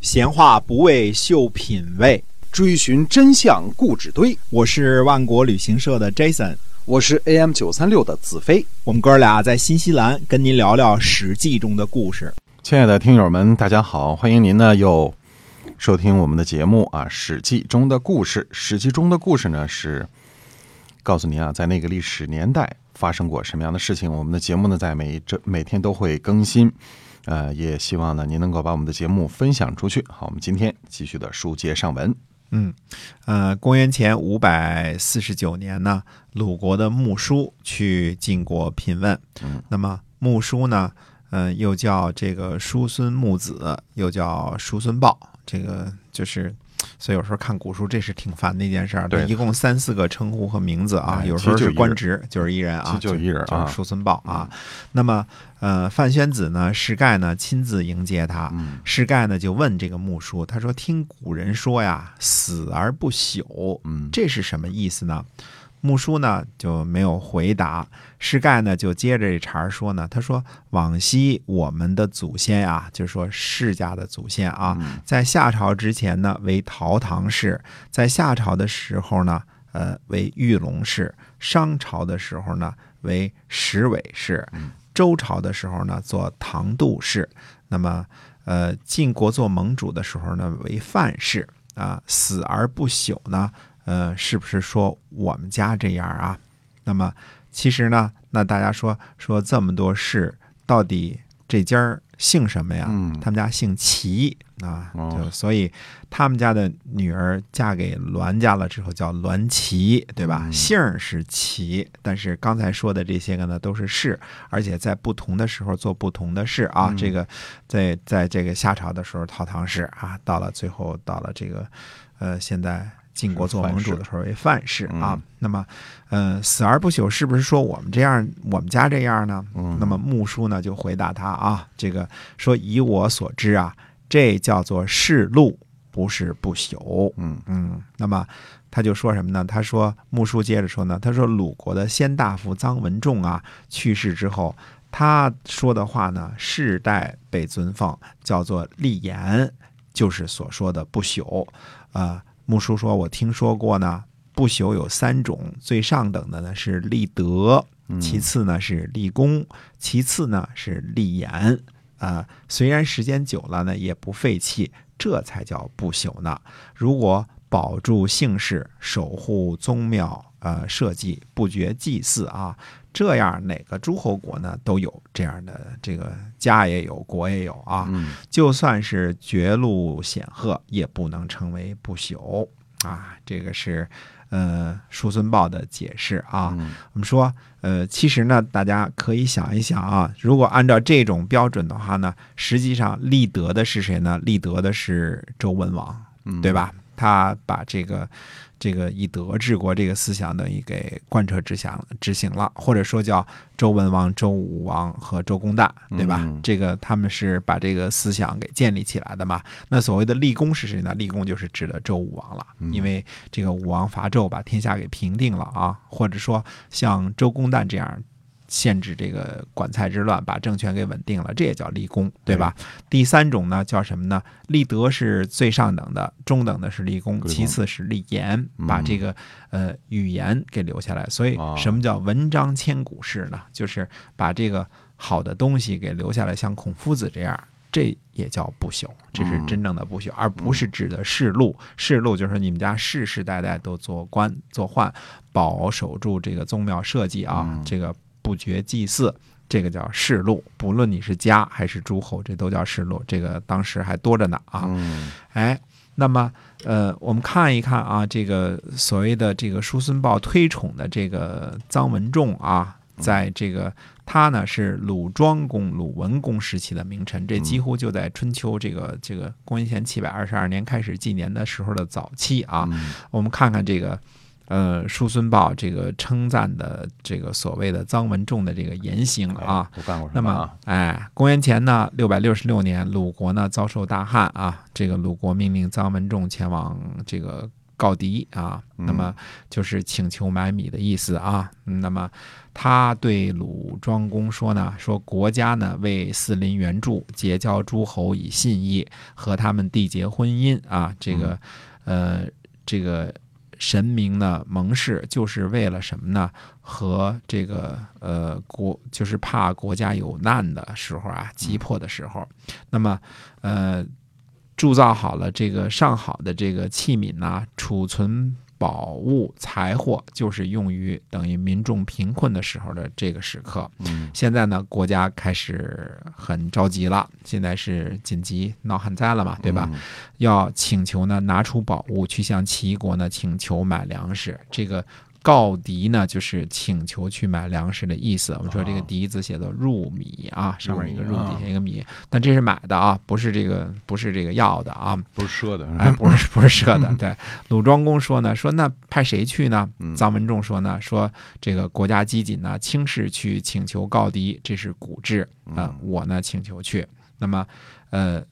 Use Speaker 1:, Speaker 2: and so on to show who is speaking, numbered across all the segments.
Speaker 1: 闲话不为秀品味，
Speaker 2: 追寻真相故纸堆。
Speaker 1: 我是万国旅行社的 Jason，
Speaker 2: 我是 AM 九三六的子飞。
Speaker 1: 我们哥俩在新西兰跟您聊聊《史记》中的故事。
Speaker 3: 亲爱的听友们，大家好，欢迎您呢又收听我们的节目啊，《史记》中的故事。《史记》中的故事呢是告诉您啊，在那个历史年代发生过什么样的事情。我们的节目呢，在每这每天都会更新，呃，也希望呢您能够把我们的节目分享出去。好，我们今天继续的书接上文。
Speaker 1: 嗯，呃，公元前五百四十九年呢，鲁国的穆叔去晋国聘问。
Speaker 3: 嗯
Speaker 1: 那么穆叔呢，呃，又叫这个叔孙穆子，又叫叔孙豹，这个就是。所以有时候看古书，这是挺烦的一件事儿。
Speaker 3: 对
Speaker 1: 一共三四个称呼和名字啊，
Speaker 3: 哎
Speaker 1: 有时候是
Speaker 3: 其实就一人
Speaker 1: 官职，就是一人啊，
Speaker 3: 其实就一人啊
Speaker 1: 就是叔孙豹啊。那么，呃，范宣子呢，士盖呢亲自迎接他，
Speaker 3: 嗯
Speaker 1: 士盖呢就问这个穆叔，他说：“听古人说呀，死而不朽，
Speaker 3: 嗯，
Speaker 1: 这是什么意思呢？”穆叔呢就没有回答。士盖呢就接着这茬儿说呢，他说：“往昔我们的祖先啊，就是说世家的祖先啊，
Speaker 3: 嗯
Speaker 1: 在夏朝之前呢为陶唐氏，在夏朝的时候呢，呃为玉龙氏，商朝的时候呢为石尾氏
Speaker 3: 嗯，
Speaker 1: 周朝的时候呢做唐杜氏，那么呃晋国做盟主的时候呢为范氏啊、死而不朽呢，呃是不是说我们家这样啊？那么其实呢，那大家说说这么多氏，到底这家儿姓什么呀？
Speaker 3: 嗯
Speaker 1: 他们家姓齐啊，
Speaker 3: 哦
Speaker 1: 就所以他们家的女儿嫁给栾家了之后叫栾齐，对吧？
Speaker 3: 嗯
Speaker 1: 姓儿是齐，但是刚才说的这些个呢都是氏，而且在不同的时候做不同的事啊。
Speaker 3: 嗯
Speaker 1: 这个在在这个夏朝的时候陶唐氏啊，到了最后到了这个呃现在晋国做盟主的时候为范氏啊。
Speaker 3: 嗯
Speaker 1: 那么呃死而不朽是不是说我们这样我们家这样呢？
Speaker 3: 嗯
Speaker 1: 那么穆叔呢就回答他啊，这个说以我所知啊，这叫做世禄，不是不朽。
Speaker 3: 嗯
Speaker 1: 嗯，那么他就说什么呢？他说穆叔接着说呢，他说鲁国的先大夫臧文仲啊去世之后，他说的话呢，世代被尊奉，叫做立言，就是所说的不朽。啊，穆叔说，我听说过呢，不朽有三种，最上等的呢是立德，
Speaker 3: 嗯
Speaker 1: 其次呢是立功，其次呢是立言。啊、虽然时间久了呢，也不废弃，这才叫不朽呢。如果保住姓氏，守护宗庙，呃，社稷，不绝祭祀啊，这样哪个诸侯国呢都有这样的这个家也有，国也有啊。
Speaker 3: 嗯
Speaker 1: 就算是绝路显赫，也不能成为不朽啊。这个是呃叔孙豹的解释啊。
Speaker 3: 嗯
Speaker 1: 我们说，呃，其实呢，大家可以想一想啊，如果按照这种标准的话呢，实际上立德的是谁呢？立德的是周文王，
Speaker 3: 嗯
Speaker 1: 对？吧？他把这个这个以德治国这个思想等于给贯彻执行执行了，或者说叫周文王、周武王和周公旦，对吧？
Speaker 3: 嗯
Speaker 1: 这个他们是把这个思想给建立起来的嘛。那所谓的立功是谁呢？立功就是指的周武王了，
Speaker 3: 嗯
Speaker 1: 因为这个武王伐纣把天下给平定了啊，或者说像周公旦这样。限制这个管蔡之乱，把政权给稳定了，这也叫立功，对吧？第三种呢叫什么呢？立德是最上等的，中等的是立功，
Speaker 3: 功
Speaker 1: 其次是立言，
Speaker 3: 嗯
Speaker 1: 把这个呃语言给留下来。所以
Speaker 3: 啊
Speaker 1: 什么叫文章千古事呢？就是把这个好的东西给留下来，像孔夫子这样。这也叫不朽，这是
Speaker 3: 嗯
Speaker 1: 真正的不朽，而不是指的世禄。世禄就是你们家世世代代都做官做宦，保守住这个宗庙社稷啊，
Speaker 3: 嗯
Speaker 1: 这个不绝祭祀，这个叫世禄。不论你是家还是诸侯，这都叫世禄。这个当时还多着呢啊。
Speaker 3: 嗯
Speaker 1: 哎，那么呃，我们看一看啊，这个所谓的这个叔孙豹推崇的这个臧文仲啊，
Speaker 3: 嗯
Speaker 1: 在这个他呢是鲁庄公、鲁文公时期的名臣，
Speaker 3: 嗯
Speaker 1: 这几乎就在春秋这个这个公元前七百二十二年开始纪年的时候的早期啊。
Speaker 3: 嗯
Speaker 1: 我们看看这个。呃，叔孙豹这个称赞的这个所谓的臧文仲的这个言行啊，
Speaker 3: 哎，我干过
Speaker 1: 那
Speaker 3: 什么
Speaker 1: 么
Speaker 3: 啊？，
Speaker 1: 哎，公元前呢，六百六十六年，鲁国呢遭受大旱啊，这个鲁国命令臧文仲前往这个告敌啊，那么就是请求买米的意思啊。嗯那么他对鲁庄公说呢，说国家呢为四邻援助，结交诸侯以信义，和他们缔结婚姻啊。这个，呃，这个神明呢盟誓，就是为了什么呢？和这个呃国，就是怕国家有难的时候啊，急迫的时候，那么呃，铸造好了这个上好的这个器皿呐、储存宝物财货，就是用于等于民众贫困的时候的这个时刻。
Speaker 3: 嗯
Speaker 1: 现在呢，国家开始很着急了，现在是紧急闹旱灾了嘛，对吧？要请求呢拿出宝物去向齐国呢请求买粮食，这个。告敌呢，就是请求去买粮食的意思。我们说这个“
Speaker 3: 哦
Speaker 1: 敌”字写作入米啊，上面一个
Speaker 3: 入
Speaker 1: 入，
Speaker 3: 米啊
Speaker 1: 底下一个米，但这是买的啊，不是这个，不是这个要的 啊。
Speaker 3: 不是说的，
Speaker 1: 哎，不是不是射 的。对，鲁庄公说呢，说那派谁去呢
Speaker 3: 嗯？
Speaker 1: 臧文仲说呢，说这个国家机警呢，卿士去请求告敌，这是古制啊、呃
Speaker 3: 嗯
Speaker 1: 我呢请求去。那么，呃，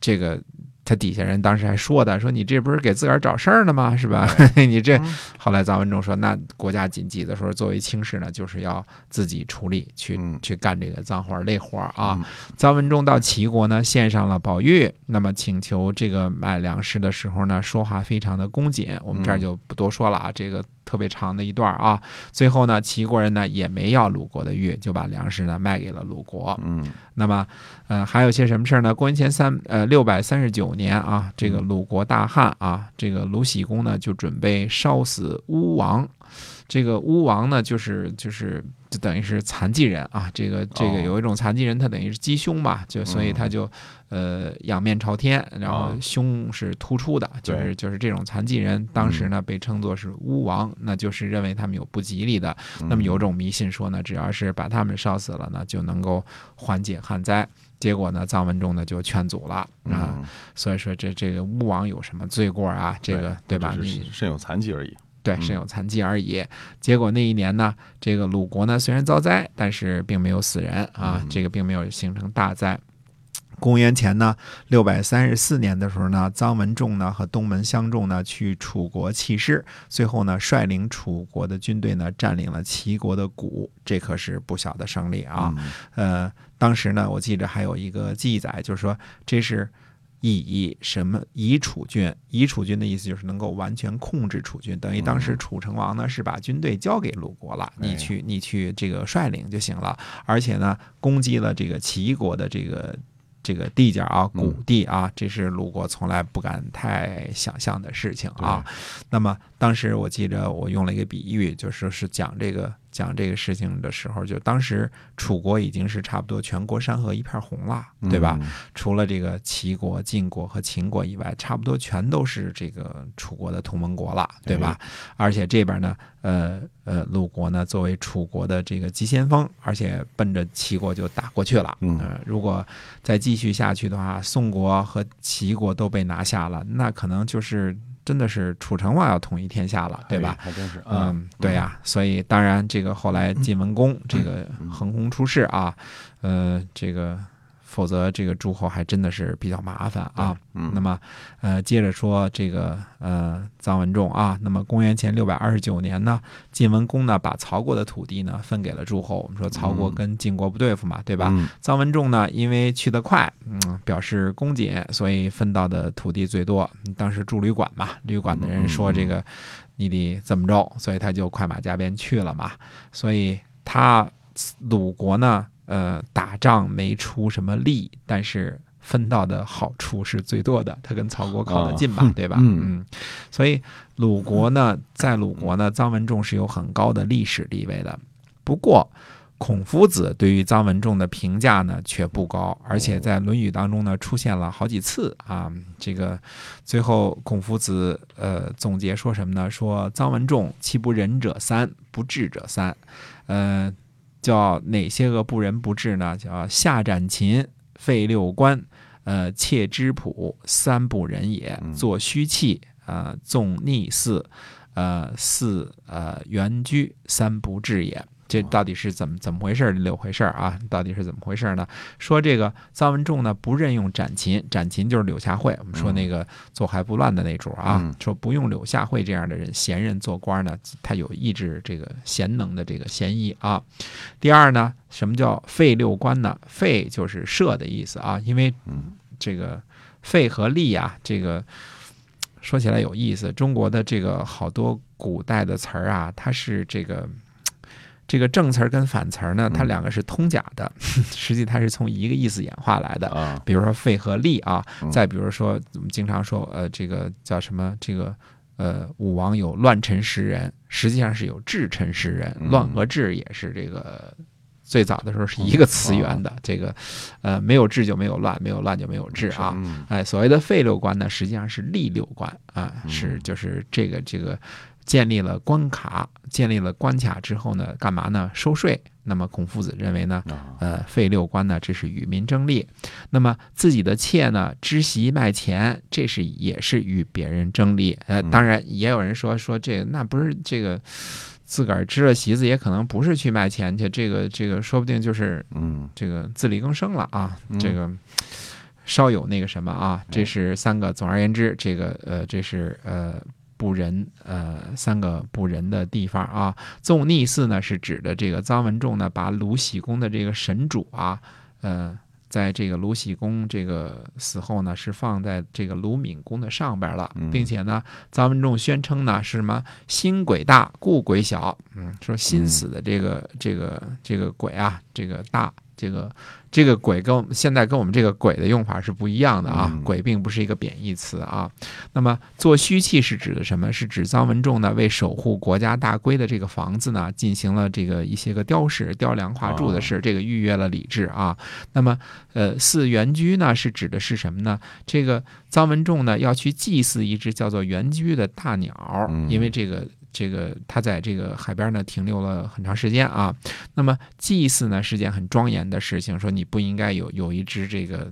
Speaker 1: 这个他底下人当时还说的，说你这不是给自个儿找事儿呢吗？是吧？ 你这
Speaker 3: 嗯
Speaker 1: 后来臧文仲说，那国家紧急的时候，作为卿士呢，就是要自己处理去、
Speaker 3: 嗯
Speaker 1: 去干这个脏活儿累活儿啊。
Speaker 3: 嗯
Speaker 1: 臧文仲到齐国呢，献上了宝玉，那么请求这个买粮食的时候呢，说话非常的恭谨，我们这儿
Speaker 3: 嗯
Speaker 1: 就不多说了啊，这个特别长的一段儿啊。最后呢，齐国人呢也没要鲁国的玉，就把粮食呢卖给了鲁国。
Speaker 3: 嗯
Speaker 1: 那么，呃，还有些什么事儿呢？公元前三呃六百三十九年啊，这
Speaker 3: 嗯
Speaker 1: 个鲁国大旱啊，这个鲁喜公呢就准备烧死巫王，这个巫王呢就是就是就等于是残疾人啊，这个这个
Speaker 3: 哦
Speaker 1: 有一种残疾人他等于是鸡胸嘛，就所以
Speaker 3: 嗯
Speaker 1: 他就呃仰面朝天，然后
Speaker 3: 哦
Speaker 1: 胸是突出的，就
Speaker 3: 对
Speaker 1: 是就是这种残疾人，当时呢被称作是巫王，那就是认为他们有不吉利的，那么有
Speaker 3: 嗯
Speaker 1: 种迷信说呢，只要是把他们烧死了呢，就能够缓解旱灾。结果呢，臧文仲呢就劝阻了啊、
Speaker 3: 嗯，
Speaker 1: 所以说这这个巫王有什么罪过啊？这个对吧？
Speaker 3: 只是
Speaker 1: 你
Speaker 3: 肾有残疾而已。
Speaker 1: 对
Speaker 3: 嗯
Speaker 1: 身有残疾而已。结果那一年呢，这个鲁国呢虽然遭灾，但是并没有死人啊，
Speaker 3: 嗯
Speaker 1: 这个并没有形成大灾。公元前呢，六百三十四年的时候呢，臧文仲呢和东门相仲呢去楚国弃师，最后呢率领楚国的军队呢占领了齐国的谷，这可是不小的胜利啊。
Speaker 3: 嗯
Speaker 1: 呃，当时呢，我记着还有一个记载，就是说这是以什么以楚郡，以楚郡的意思就是能够完全控制楚郡，等于当时楚成王呢是把军队交给鲁国了，
Speaker 3: 嗯哎
Speaker 1: 你去你去这个率领就行了，而且呢攻击了这个齐国的这个。这个地界啊，
Speaker 3: 嗯
Speaker 1: 谷地啊，这是鲁国从来不敢太想象的事情啊。那么当时我记着我用了一个比喻，就是是讲这个讲这个事情的时候，就当时楚国已经是差不多全国山河一片红了，
Speaker 3: 嗯
Speaker 1: 对吧？？除了这个齐国、晋国和秦国以外，差不多全都是这个楚国的同盟国了，对吧？而且这边呢，呃呃，鲁国呢作为楚国的这个急先锋，而且奔着齐国就打过去了。
Speaker 3: 嗯
Speaker 1: 呃，如果再继续下去的话，宋国和齐国都被拿下了，那可能就是真的是楚成王要统一天下了，对吧？
Speaker 3: 哎还真是，嗯，嗯
Speaker 1: 嗯，对呀、所以当然这个后来晋文公这个横空出世啊，呃，这个否则这个诸侯还真的是比较麻烦啊。
Speaker 3: 嗯
Speaker 1: 那么，呃，接着说这个呃臧文仲啊，那么公元前六百二十九年呢，晋文公呢把曹国的土地呢分给了诸侯，我们说曹国
Speaker 3: 嗯
Speaker 1: 跟晋国不对付嘛，对
Speaker 3: 对
Speaker 1: 吧？？臧文仲呢，因为去得快，嗯，表示恭谨，所以分到的土地最多。当时住旅馆嘛，旅馆的人说这个你得怎么着，所以他就快马加鞭去了嘛。所以他鲁国呢，呃，打仗没出什么力，但是分到的好处是最多的。他跟曹国靠得近吧，
Speaker 3: 啊
Speaker 1: 对吧？
Speaker 3: 嗯
Speaker 1: 嗯，所以鲁国呢，在鲁国呢，臧文仲是有很高的历史地位的。不过，孔夫子对于臧文仲的评价呢却不高，而
Speaker 3: 哦
Speaker 1: 且在《论语》当中呢出现了好几次啊。这个最后孔夫子呃总结说什么呢？说臧文仲其不仁者三，不智者三。呃，叫哪些个不仁不智呢？叫下斩禽，废六官，呃，窃知朴，三不仁也
Speaker 3: 嗯；
Speaker 1: 作虚器，呃，纵逆祀，呃，四呃原居，三不智也。
Speaker 3: 啊
Speaker 1: 这到底是怎么怎么回事儿？柳回事儿啊，到底是怎么回事儿呢？说这个臧文仲呢不任用展禽，展禽就是柳下惠，我们说那个坐怀不乱的那主啊，
Speaker 3: 嗯
Speaker 1: 说不用柳下惠这样的人，贤人做官呢，他有抑制这个贤能的这个嫌疑啊。第二呢，什么叫废六官呢？废就是赦的意思啊，因为
Speaker 3: 嗯
Speaker 1: 这个废和立啊，这个说起来有意思。中国的这个好多古代的词儿啊，它是这个这个正词儿跟反词儿呢，它
Speaker 3: 嗯
Speaker 1: 两个是通假的， 实际它是从一个意思演化来的。
Speaker 3: 啊，
Speaker 1: 比如说废和立啊，
Speaker 3: 嗯
Speaker 1: 再比如说我们经常说呃，这个叫什么这个。呃，武王有乱臣十人，实际上是有治臣十人。
Speaker 3: 嗯
Speaker 1: 乱和治也是这个最早的时候是
Speaker 3: 哦
Speaker 1: 一个词源的。这个，呃，没有治就没有乱，没有乱就没有治啊。
Speaker 3: 嗯
Speaker 1: 哎，所谓的废六官呢，实际上是立六官啊，是
Speaker 3: 嗯
Speaker 1: 就是这个这个建立了关卡，建立了关卡之后呢，干嘛呢？收税。那么孔夫子认为呢，
Speaker 3: 啊，
Speaker 1: 呃，废六官呢，这是与民争利；那么自己的妾呢，织席卖钱，这是也是与别人争利。呃，
Speaker 3: 嗯
Speaker 1: 当然也有人说说这个那不是这个自个儿织了席子，也可能不是去卖钱去，这个这个说不定就是
Speaker 3: 嗯
Speaker 1: 这个自力更生了啊，
Speaker 3: 嗯哎
Speaker 1: 这个稍有那个什么啊，这是三个。总而言之，这个呃，这是呃不仁呃三个不仁的地方啊。纵逆寺呢，是指的这个臧文仲呢，把鲁喜公的这个神主啊，呃。在这个鲁喜公这个死后呢，是放在这个鲁闵公的上边了，
Speaker 3: 嗯
Speaker 1: 并且呢，臧文仲宣称呢是什么心鬼大，故鬼小。嗯，说心死的这个、这个这个鬼啊，这个大这个这个鬼跟我们现在跟我们这个鬼的用法是不一样的啊，
Speaker 3: 嗯
Speaker 1: 鬼并不是一个贬义词啊。那么做虚器是指的什么？是指臧文仲呢为守护国家大规的这个房子呢进行了这个一些个雕饰、雕梁画柱
Speaker 3: 哦
Speaker 1: 的事，这个逾越了礼制啊。那么呃，祀元居呢是指的是什么呢？这个臧文仲呢要去祭祀一只叫做元居的大鸟，
Speaker 3: 嗯
Speaker 1: 因为这个。这个他在这个海边呢停留了很长时间啊，那么祭祀呢是件很庄严的事情，说你不应该有有一只这个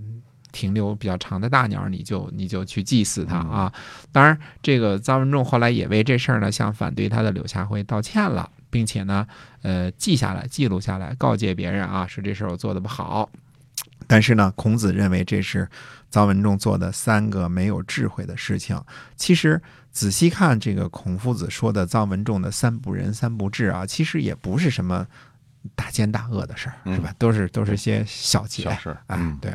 Speaker 1: 停留比较长的大鸟，你就你就去祭祀它啊。当然，这个臧文仲后来也为这事儿呢向反对他的柳下惠道歉了，并且呢，呃，记下来、记录下来，告诫别人啊，说这事儿我做的不好。但是呢，孔子认为这是臧文仲做的三个没有智慧的事情。其实仔细看这个孔夫子说的臧文仲的三不仁、三不智啊，其实也不是什么大奸大恶的事儿，是吧？都是都是些小节
Speaker 3: 小事儿，
Speaker 1: 啊，
Speaker 3: 嗯
Speaker 1: 对，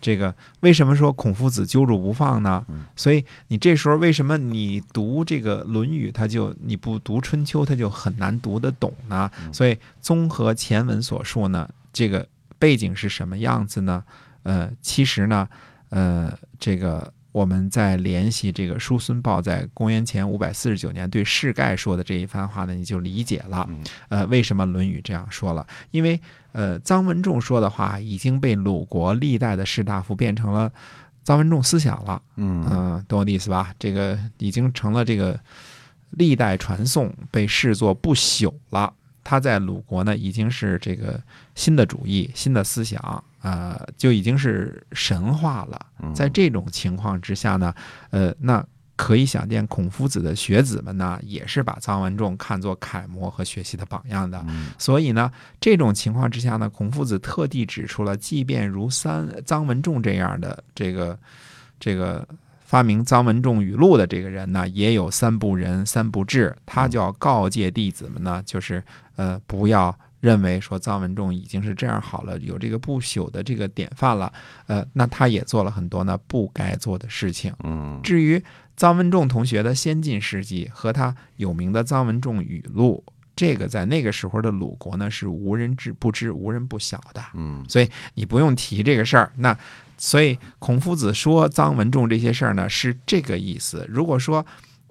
Speaker 1: 这个为什么说孔夫子揪住不放呢？
Speaker 3: 嗯
Speaker 1: 所以你这时候为什么你读这个《论语》，它就你不读《春秋》，它就很难读得懂呢？
Speaker 3: 嗯
Speaker 1: 所以综合前文所述呢，这个背景是什么样子呢？呃，其实呢，呃，这个我们在联系这个叔孙豹在公元前五百四十九年对世盖说的这一番话呢，你就理解了。
Speaker 3: 嗯
Speaker 1: 呃，为什么《论语》这样说了？因为呃，臧文仲说的话已经被鲁国历代的士大夫变成了臧文仲思想了。
Speaker 3: 嗯
Speaker 1: 嗯，懂我的意思吧？这个已经成了这个历代传颂，被视作不朽了。它在鲁国呢，已经是这个新的主义、新的思想，呃，就已经是神话了。
Speaker 3: 嗯，
Speaker 1: 在这种情况之下呢，呃，那可以想见，孔夫子的学子们呢，也是把臧文仲看作楷模和学习的榜样的。
Speaker 3: 嗯
Speaker 1: 所以呢，这种情况之下呢，孔夫子特地指出了，即便如三臧文仲这样的这个这个发明臧文仲语录的这个人呢，也有三不仁、三不智，他就要告诫弟子们呢，就是呃，不要认为说臧文仲已经是这样好了，有这个不朽的这个典范了，呃，那他也做了很多呢不该做的事情。
Speaker 3: 嗯
Speaker 1: 至于臧文仲同学的先进事迹和他有名的臧文仲语录，这个在那个时候的鲁国呢是无人知不知、无人不晓的。
Speaker 3: 嗯
Speaker 1: 你不用提这个事儿。那所以孔夫子说臧文仲这些事儿呢，是这个意思。如果说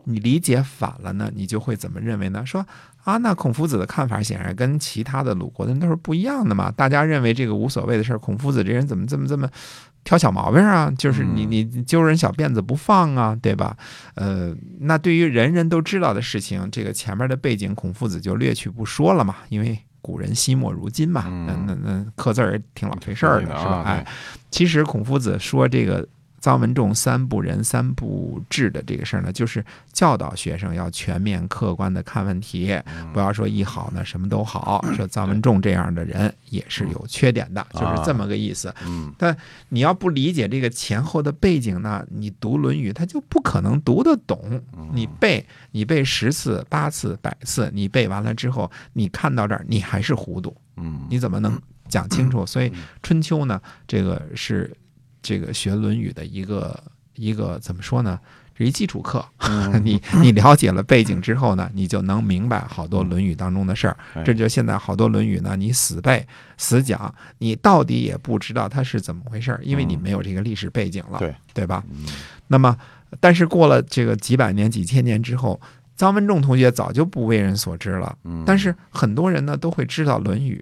Speaker 1: 你理解反了呢，你就会怎么认为呢？说啊，那孔夫子的看法显然跟其他的鲁国的人都是不一样的嘛。大家认为这个无所谓的事儿，孔夫子这人怎么这么这么挑小毛病啊？就是你
Speaker 3: 嗯
Speaker 1: 你你揪人小辫子不放啊，对吧？呃，那对于人人都知道的事情，这个前面的背景，孔夫子就略去不说了嘛，因为古人惜墨如金嘛，
Speaker 3: 嗯
Speaker 1: 那那那刻字儿也挺老费事儿的
Speaker 3: 对的
Speaker 1: 是吧？哎
Speaker 3: 啊
Speaker 1: 哎，其实孔夫子说这个臧文仲三不仁三不智的这个事儿呢，就是教导学生要全面客观的看问题，
Speaker 3: 嗯
Speaker 1: 不要说一好呢什么都好。说臧文仲这样的人也是有缺点的，
Speaker 3: 嗯
Speaker 1: 就是这么个意思。
Speaker 3: 嗯
Speaker 1: 但你要不理解这个前后的背景呢，你读《论语》它就不可能读得懂。你背，你背十次、八次、百次，你背完了之后，你看到这儿，你还是糊涂，
Speaker 3: 嗯，
Speaker 1: 你怎么能讲清楚？所以《春秋》呢，这个是这个学《论语》的一个一个怎么说呢？是一基础课。
Speaker 3: 嗯
Speaker 1: 你你了解了背景之后呢，你就能明白好多《论语》当中的事儿。
Speaker 3: 哎
Speaker 1: 这就现在好多《论语》呢，你死背死讲，你到底也不知道它是怎么回事儿，因为你
Speaker 3: 嗯
Speaker 1: 没有这个历史背景了，
Speaker 3: 对
Speaker 1: 对吧？
Speaker 3: 嗯
Speaker 1: 那么，但是过了这个几百年、几千年之后，臧文仲同学早就不为人所知了。
Speaker 3: 嗯
Speaker 1: 但是很多人呢都会知道《论语》，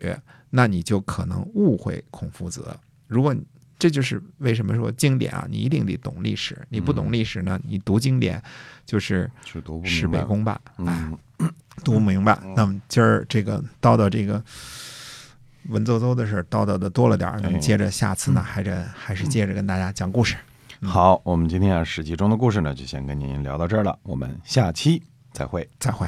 Speaker 1: 那你就可能误会孔夫子。如果你这就是为什么说经典啊，你一定得懂历史。你不懂历史呢，你读经典就是
Speaker 3: 是读不明
Speaker 1: 事倍
Speaker 3: 白
Speaker 1: 功半。哎
Speaker 3: 嗯，
Speaker 1: 读不明白。嗯那么今儿这个叨叨这个文绉绉的事儿叨叨的多了点儿，那么
Speaker 3: 哎
Speaker 1: 接着下次呢，还着还是接着跟大家讲故事。
Speaker 3: 好，我们今天啊《史记》中的故事呢，就先跟您聊到这儿了，我们下期再会。
Speaker 1: 再会。